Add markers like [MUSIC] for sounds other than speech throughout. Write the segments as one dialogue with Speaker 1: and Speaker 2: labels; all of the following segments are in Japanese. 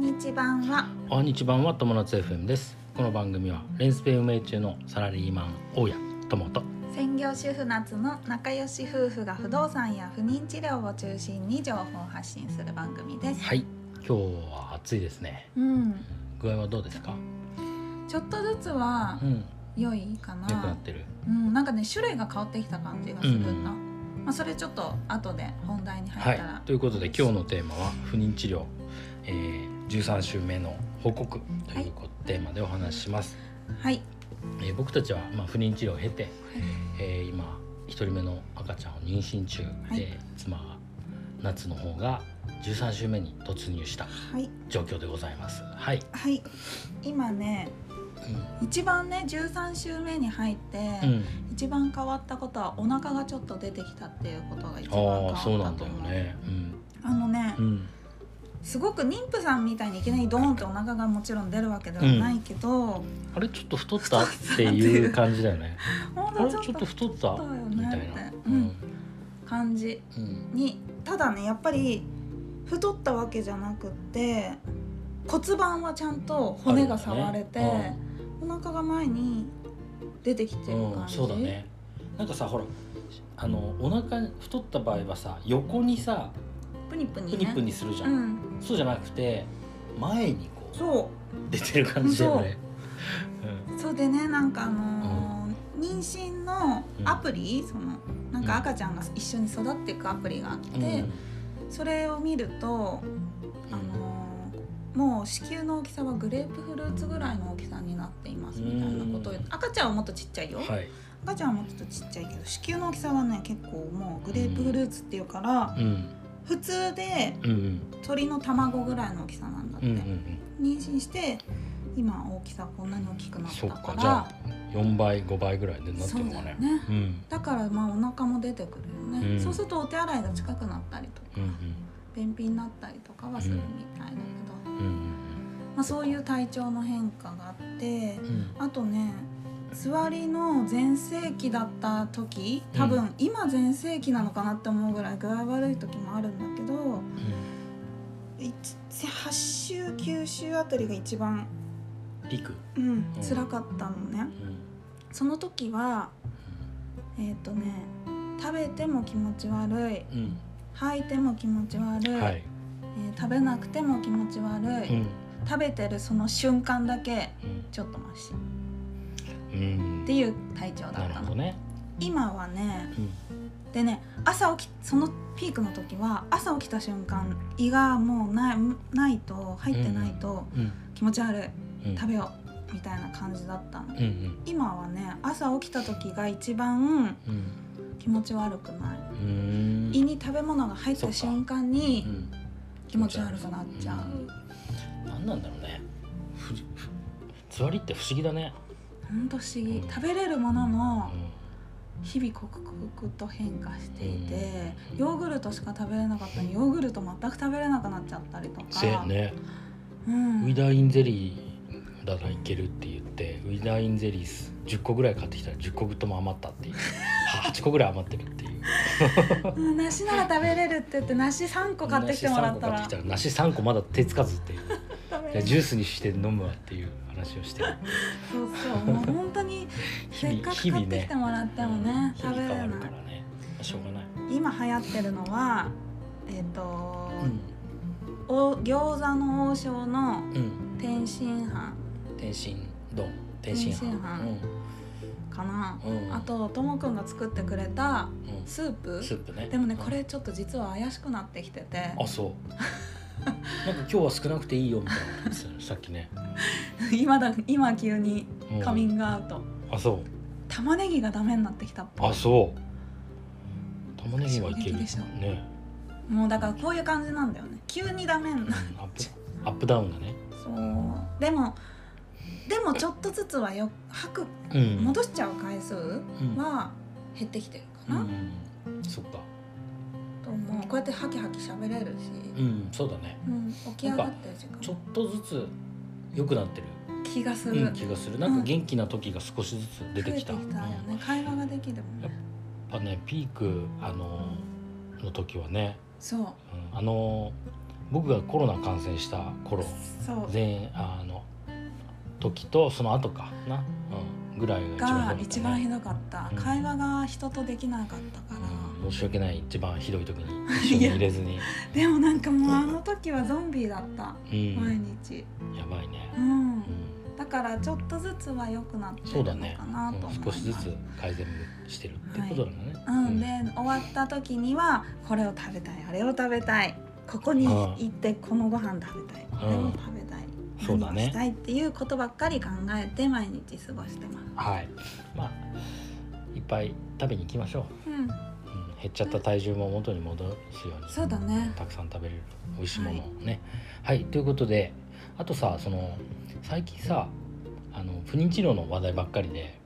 Speaker 1: 日版は
Speaker 2: お日版は友達 FM ですこの番組はレンスペ運営中のサラリーマン大家友と
Speaker 1: 専業主婦夏の仲良し夫婦が不動産や不妊治療を中心に情報を発信する番組です。
Speaker 2: はい今日は暑いですね
Speaker 1: うん、
Speaker 2: 具合はどうですか
Speaker 1: ちょっとずつは
Speaker 2: うん
Speaker 1: 良いか
Speaker 2: 良くな
Speaker 1: な
Speaker 2: っ。てる
Speaker 1: うん、なんかね種類が変わってきた感じがする
Speaker 2: うん
Speaker 1: な。まあそれちょっと後で本題に
Speaker 2: は
Speaker 1: 入っ
Speaker 2: い
Speaker 1: たら。
Speaker 2: ということで今日のテーマは不妊治療、えー、13週目の報告というこテーマでお話しします、
Speaker 1: はい。
Speaker 2: えー僕たちはまあ不妊治療を経て、えー今1人目の赤ちゃんを妊娠中で、
Speaker 1: はい
Speaker 2: 妻が夏の方が13週目に突入した
Speaker 1: はい。
Speaker 2: 状況でございますはい、
Speaker 1: はい。今ね、
Speaker 2: う
Speaker 1: 一番ね13週目に入って、
Speaker 2: んうん、
Speaker 1: 一番変わったことはお腹がちょっと出てきたっていうことが一番変わ
Speaker 2: あ
Speaker 1: っ
Speaker 2: あ
Speaker 1: た
Speaker 2: そうなん
Speaker 1: と
Speaker 2: だよ
Speaker 1: 思
Speaker 2: ね
Speaker 1: あのね、
Speaker 2: うんうん
Speaker 1: すごく妊婦さんみたいにいきなりドーンってお腹がもちろん出るわけではないけど、
Speaker 2: あれちょっと太ったっていう感じだよね
Speaker 1: ほん
Speaker 2: あれ
Speaker 1: と
Speaker 2: ちょっ
Speaker 1: ちょっ
Speaker 2: と
Speaker 1: と
Speaker 2: 太った
Speaker 1: 太ったよね
Speaker 2: みたい
Speaker 1: っ
Speaker 2: な
Speaker 1: て
Speaker 2: う
Speaker 1: うんん感じ
Speaker 2: うん
Speaker 1: にただねやっぱり太ったわけじゃなくって骨盤はちゃんと骨が触れて、
Speaker 2: あるよね
Speaker 1: お腹が前に出てきてる
Speaker 2: う
Speaker 1: 感
Speaker 2: ん
Speaker 1: じ、
Speaker 2: そうだねなんかさほらあのお腹太った場合はさ横にさ
Speaker 1: プニプニ
Speaker 2: プ
Speaker 1: ね
Speaker 2: ニプニするじゃ、
Speaker 1: うんん
Speaker 2: そうじゃなくて前にこう
Speaker 1: そう
Speaker 2: 出てる感じだよねうん
Speaker 1: そうでねなんかあのー妊娠のアプリ、そのなんか赤ちゃんが一緒に育っていくアプリがあって、
Speaker 2: うん
Speaker 1: それを見ると、あのーもう子宮の大きさはグレープフルーツぐらいの大きさになっていますみたいなことを言って赤ちゃんはもっとちっちゃいよ、
Speaker 2: はい
Speaker 1: 赤ちゃんはもっとちっちゃいけど子宮の大きさはね結構もうグレープフルーツっていうから、
Speaker 2: うん
Speaker 1: 普通で
Speaker 2: うんうん
Speaker 1: 鳥の卵ぐらいの大きさなんだっ
Speaker 2: う
Speaker 1: て、
Speaker 2: んうん
Speaker 1: 妊娠して今大きさこんなに大きく
Speaker 2: う
Speaker 1: なんった
Speaker 2: そ
Speaker 1: か
Speaker 2: っ
Speaker 1: ら
Speaker 2: かじゃあ4倍5倍ぐらいでなって
Speaker 1: そ
Speaker 2: る
Speaker 1: う
Speaker 2: の
Speaker 1: だ
Speaker 2: か
Speaker 1: よ
Speaker 2: ね
Speaker 1: ね
Speaker 2: うん
Speaker 1: だからまあお腹も出てくるよね、
Speaker 2: うん
Speaker 1: そうするとお手洗いが近くなったりとか、
Speaker 2: うん
Speaker 1: 便秘になったりとかはするみたいだけど、
Speaker 2: うんうん
Speaker 1: まあ、そういう体調の変化があって
Speaker 2: うんうん
Speaker 1: あとね座りの全盛期だった時多
Speaker 2: う
Speaker 1: 分今全盛期なのかなって思うぐらい具合悪い時もあるんだけどいち8週9週あたりが一番、
Speaker 2: うんピク
Speaker 1: うん
Speaker 2: うん、
Speaker 1: 辛かったのね。
Speaker 2: うん
Speaker 1: その時はえっ、とね食べても気持ち悪い
Speaker 2: うん
Speaker 1: 吐いても気持ち悪い、
Speaker 2: はい
Speaker 1: えー食べなくても気持ち悪
Speaker 2: う
Speaker 1: い、
Speaker 2: ん
Speaker 1: 食べてるその瞬間だけ
Speaker 2: うん
Speaker 1: ちょっとマシっ
Speaker 2: うん
Speaker 1: ていう体調だ
Speaker 2: な
Speaker 1: っ
Speaker 2: る
Speaker 1: た
Speaker 2: ほ
Speaker 1: の
Speaker 2: どね
Speaker 1: 今はね
Speaker 2: うん
Speaker 1: でね朝起きそのピークの時は朝起きた瞬間胃がもうないないと入ってないと
Speaker 2: うん
Speaker 1: 気持ち悪い
Speaker 2: うん
Speaker 1: 食べようみたいな感じだったの
Speaker 2: うんうん
Speaker 1: 今はね朝起きた時が一番
Speaker 2: うん
Speaker 1: 気持ち悪くないう
Speaker 2: ーん
Speaker 1: 胃に食べ物が入った瞬間に
Speaker 2: うん
Speaker 1: 気持ち悪くなっちゃう
Speaker 2: 何なんだろうねふふ座りって不思議だね、
Speaker 1: ほんと不思議
Speaker 2: うん
Speaker 1: 食べれるものの
Speaker 2: う
Speaker 1: 日々刻々と変化していて、
Speaker 2: うん
Speaker 1: ヨーグルトしか食べれなかったのにヨーグルト全く食べれなくなっちゃったりと
Speaker 2: ん、
Speaker 1: か
Speaker 2: せやね
Speaker 1: う
Speaker 2: ウィ
Speaker 1: ん、
Speaker 2: ダーインゼリーだらいけるって言ってウィダーインゼリー10個ぐらい買ってきたら10個とも余ったっていう8個ぐらい余ってるっていう
Speaker 1: うん梨なら食べれるって言って梨3個買ってきてもらったら
Speaker 2: 梨3個買ってきたら梨3個まだ手つかずっていう
Speaker 1: 食べ
Speaker 2: いや
Speaker 1: れる
Speaker 2: ジュースにして飲むわっていう話をしてる
Speaker 1: そうそうもう本当に
Speaker 2: [LAUGHS] 日
Speaker 1: せっ
Speaker 2: 々
Speaker 1: か
Speaker 2: 日
Speaker 1: く買
Speaker 2: 々
Speaker 1: ってき
Speaker 2: ね
Speaker 1: てもらってもね
Speaker 2: うん日
Speaker 1: 食
Speaker 2: 々
Speaker 1: べれな
Speaker 2: 変わ
Speaker 1: い
Speaker 2: るからねしょうがない、
Speaker 1: 今流行ってるのはえっ、と、
Speaker 2: うん
Speaker 1: お餃子の王将の
Speaker 2: うん、
Speaker 1: 天津飯
Speaker 2: 天津丼天津飯
Speaker 1: 天津飯かな、
Speaker 2: うんうん
Speaker 1: あとともくんが作ってくれた
Speaker 2: うんうん
Speaker 1: スープ
Speaker 2: スープね
Speaker 1: でもね
Speaker 2: うん
Speaker 1: これちょっと実は怪しくなってきてて
Speaker 2: あそうなんか今日は少なくていいよみたいなことですよねさっきね、
Speaker 1: [LAUGHS] 今だ今急に
Speaker 2: うん
Speaker 1: カミングアウト、
Speaker 2: あそう
Speaker 1: 玉ねぎがダメになってきたっぽい
Speaker 2: あそう玉ねぎはいけ
Speaker 1: 衝
Speaker 2: る
Speaker 1: 撃でしょ
Speaker 2: ね
Speaker 1: もうだからこういう感じなんだよね急にダメに
Speaker 2: うん
Speaker 1: な
Speaker 2: アップアップダウンがね、
Speaker 1: そうでもでもちょっとずつはよ吐く
Speaker 2: うん、
Speaker 1: 戻しちゃう回数
Speaker 2: うん
Speaker 1: は減ってきてるか
Speaker 2: う
Speaker 1: な、
Speaker 2: んそっか
Speaker 1: と思うこうやってハキハキ喋れるし、
Speaker 2: うんそうだね
Speaker 1: うん、起き上がってる時
Speaker 2: ちょ
Speaker 1: 間
Speaker 2: っとずつ良くなってる、
Speaker 1: 気がす
Speaker 2: う
Speaker 1: る、
Speaker 2: ん、気がするなんか元気な時が少しずつ出てきた,、
Speaker 1: 増えてきたよ
Speaker 2: うんや
Speaker 1: ね会話ができるもんね
Speaker 2: っぱねピークあのの時はね
Speaker 1: そう
Speaker 2: うんあの僕がコロナ感染した頃
Speaker 1: そう
Speaker 2: 前あの時とその後かな、うん、ぐらいが
Speaker 1: が
Speaker 2: 一
Speaker 1: 一
Speaker 2: 番
Speaker 1: 番
Speaker 2: ひ
Speaker 1: ひ
Speaker 2: どい、
Speaker 1: どかった、
Speaker 2: うん
Speaker 1: 会話が人とできなかったから、
Speaker 2: うん、申し訳ない一番ひどい時
Speaker 1: [LAUGHS]
Speaker 2: に一緒に入れずに、
Speaker 1: でもなんかもうあの時はゾンビだった、
Speaker 2: うん、
Speaker 1: 毎日、
Speaker 2: やばいね、
Speaker 1: う
Speaker 2: うんん
Speaker 1: だからちょっとずつは良くなって
Speaker 2: そうだ
Speaker 1: るの
Speaker 2: ね
Speaker 1: かなと思い
Speaker 2: う
Speaker 1: ま
Speaker 2: ん、少
Speaker 1: す、
Speaker 2: しずつ改善してるってことだもんね、
Speaker 1: うん、で終わった時にはこれを食べたいあれを食べたいここに行ってこのご飯食べたいこれを食べたい、
Speaker 2: そうだ
Speaker 1: 何を
Speaker 2: ね
Speaker 1: したいっていうことばっかり考えて毎日過ごしてます。
Speaker 2: はいまあいっぱい食べに行きましょ
Speaker 1: うん、
Speaker 2: う、うん、減っちゃった体重も元に戻すように
Speaker 1: そうだね。
Speaker 2: たくさん食べれる美味しいものをねはい、ということであとさその最近さあの不妊治療の話題ばっかりで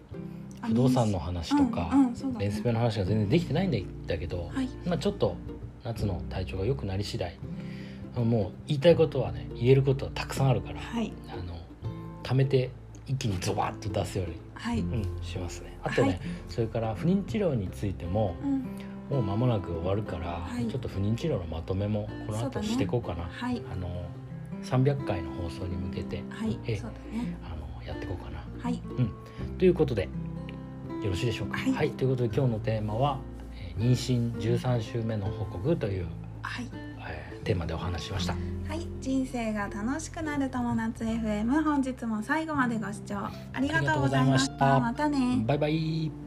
Speaker 1: あ
Speaker 2: 不動産の話とか、
Speaker 1: うんうんそうだね
Speaker 2: レンスペの話が全然できてないんだけど、
Speaker 1: はい。
Speaker 2: まあ、ちょっと夏の体調が良くなり次第もう言いたいことはね言えることはたくさんあるから
Speaker 1: はい。
Speaker 2: あの貯めて一気にゾバッと出すよう
Speaker 1: はい。
Speaker 2: に、うん、しますねあとね、
Speaker 1: はい
Speaker 2: それから不妊治療についても
Speaker 1: うん。
Speaker 2: もう間もなく終わるから、
Speaker 1: はい
Speaker 2: ちょっと不妊治療のまとめもこの
Speaker 1: そう
Speaker 2: 後
Speaker 1: だね
Speaker 2: していこうかな
Speaker 1: はい。
Speaker 2: あの300回の放送に向けて
Speaker 1: はい
Speaker 2: え。
Speaker 1: そうだね。
Speaker 2: あのやっていこうかな
Speaker 1: はい。
Speaker 2: ということでよろしいでしょうか
Speaker 1: はい
Speaker 2: ということで今日のテーマは「えー妊娠13週目の報告」という、
Speaker 1: はい。
Speaker 2: えーテーマでお話ししました
Speaker 1: はい。人生が楽しくなる友達 FM 本日も最後までご視聴ありがとうございまし
Speaker 2: あ
Speaker 1: た。
Speaker 2: りがとうございました
Speaker 1: またね。
Speaker 2: バイバイ